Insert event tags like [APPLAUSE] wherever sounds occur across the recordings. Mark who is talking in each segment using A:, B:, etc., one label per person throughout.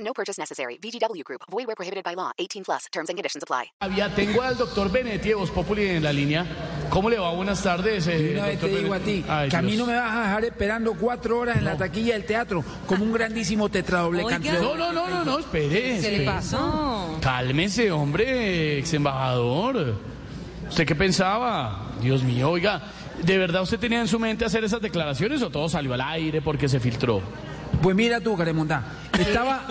A: No purchase necessary. VGW Group. Void where prohibited by law. 18 plus. Terms and conditions apply.
B: Había, tengo al doctor Benetti de Voz Populi en la línea. ¿Cómo le va? Buenas tardes. eh,
C: Una vez te
B: doctor
C: digo a
B: Benetti.
C: ti,
B: Ay,
C: que a mí
B: Dios.
C: no me vas a dejar esperando cuatro horas en la taquilla del teatro como un grandísimo tetradoble
D: Oiga.
C: campeón.
B: No, no, no, no, no, espere.
D: ¿Qué
B: espere.
D: le pasó?
B: Cálmese, hombre, ex embajador. ¿Usted qué pensaba? Dios mío, oiga, ¿de verdad usted tenía en su mente hacer esas declaraciones o todo salió al aire porque se filtró?
C: Pues mira tú, Caremondá, estaba,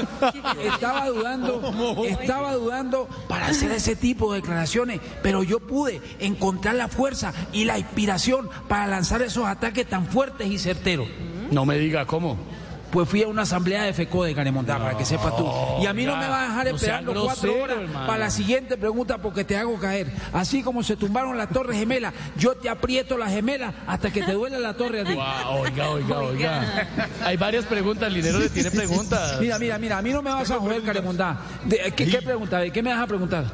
C: estaba dudando, estaba dudando para hacer ese tipo de declaraciones, pero yo pude encontrar la fuerza y la inspiración para lanzar esos ataques tan fuertes y certeros.
B: No me diga cómo.
C: Pues fui a una asamblea de FECODE, Caremondá, para que sepas tú. Y a mí no
B: ya,
C: me vas a dejar
B: no sea
C: esperando cuatro
B: grosero,
C: horas
B: hermano.
C: para la siguiente pregunta porque te hago caer. Así como se tumbaron las torres gemelas, yo te aprieto las gemelas hasta que te duela la torre a ti.
B: Guau, oiga, oiga, oiga. Hay varias preguntas, Linero le tiene preguntas.
C: Mira, mira, mira, a mí no me vas a joder, Caremondá. De- eh, ¿Qué, qué pregunta? ¿De qué me vas a preguntar?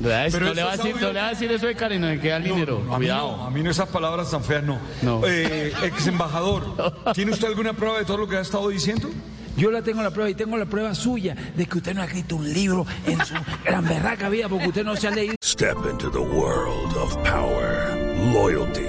B: ¿Verdad?
E: Pero
B: No le
E: eso
B: va a
E: es
B: decir,
E: audio.
B: no le va a decir eso de Karen, no le queda el dinero.
E: No, no, a mí
B: Cuidado.
E: no, a mí no esas palabras tan feas, no.
B: No.
E: Eh,
B: [LAUGHS]
E: ex embajador, ¿tiene usted alguna prueba de todo lo que ha estado diciendo?
C: Yo la tengo la prueba y tengo la prueba suya de que usted no ha escrito un libro en su gran berraca vida porque usted no se ha leído
F: Step into the world of power, loyalty,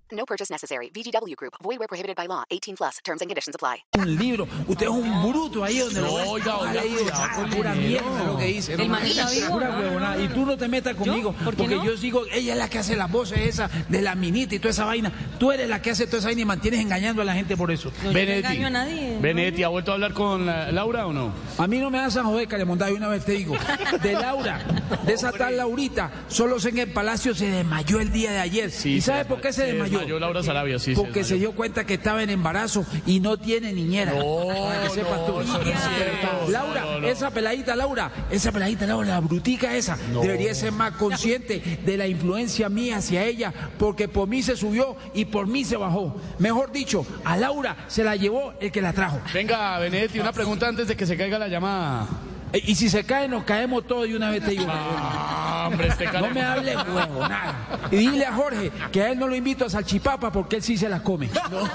A: No purchase necessary. VGW Group. Void where prohibited by law. 18 plus. Terms and conditions apply.
C: un libro. Usted es un bruto ahí donde lo ves.
B: Oiga,
C: No ha
B: oiga,
C: leído
B: cuidado con
C: pura
B: el dinero.
C: mierda lo que dice.
D: El
C: hermano.
D: man está vivo,
C: Pura
D: no,
C: huevonada.
D: no, no.
C: Y tú no te metas conmigo,
D: ¿Por qué
C: porque
D: no?
C: yo sigo, ella es la que hace las voces esas de la minita y toda esa vaina. Tú eres la que hace toda esa vaina y mantienes engañando a la gente por eso.
D: No, yo no
B: Benetti.
D: engaño a nadie.
B: Benetti, ¿ha vuelto a hablar con la- Laura o no?
C: A mí no me vas a joder, Calemondá, y una vez te digo, de Laura, de esa tal Laurita, solo sé que en el Palacio se desmayó el día de ayer. ¿Y
B: se
C: sabe
B: desma-
C: por qué se, desmayó?
B: Laura Sarabia, sí.
C: Porque se dio cuenta que estaba en embarazo y no tiene niñera. Para que sepas tú. Laura, esa peladita Laura, esa peladita Laura, la brutica esa, debería ser más consciente de la influencia mía hacia ella, porque por mí se subió y por mí se bajó. Mejor dicho, a Laura se la llevó el que la trajo.
B: Venga, Benetti, una pregunta antes de que se caiga la llamada.
C: Eh, Y si se cae, nos caemos todos y una vez te digo.
B: Ah, hombre, este
C: No me
B: cara.
C: hables huevo, nada. Y dile a Jorge que a él no lo invito a salchipapa porque él sí se las come.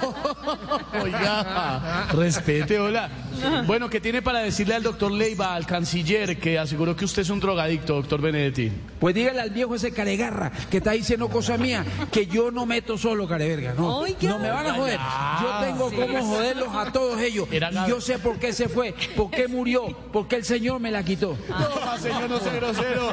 B: [LAUGHS] [LAUGHS] Oiga, respete, Este, hola. Bueno, ¿qué tiene para decirle al doctor Leiva, al canciller, que aseguró que usted es un drogadicto, doctor Benedetti?
C: Pues dígale al viejo ese caregarra que está diciendo cosas mías que yo no meto solo, careverga. No,
D: Oiga.
C: no me van a joder. Yo tengo cómo joderlos a todos ellos.
B: Era
C: Y
B: Gabe.
C: yo sé por qué se fue, por qué murió, por qué el Señor me la quitó.
B: No, señor, no sea grosero.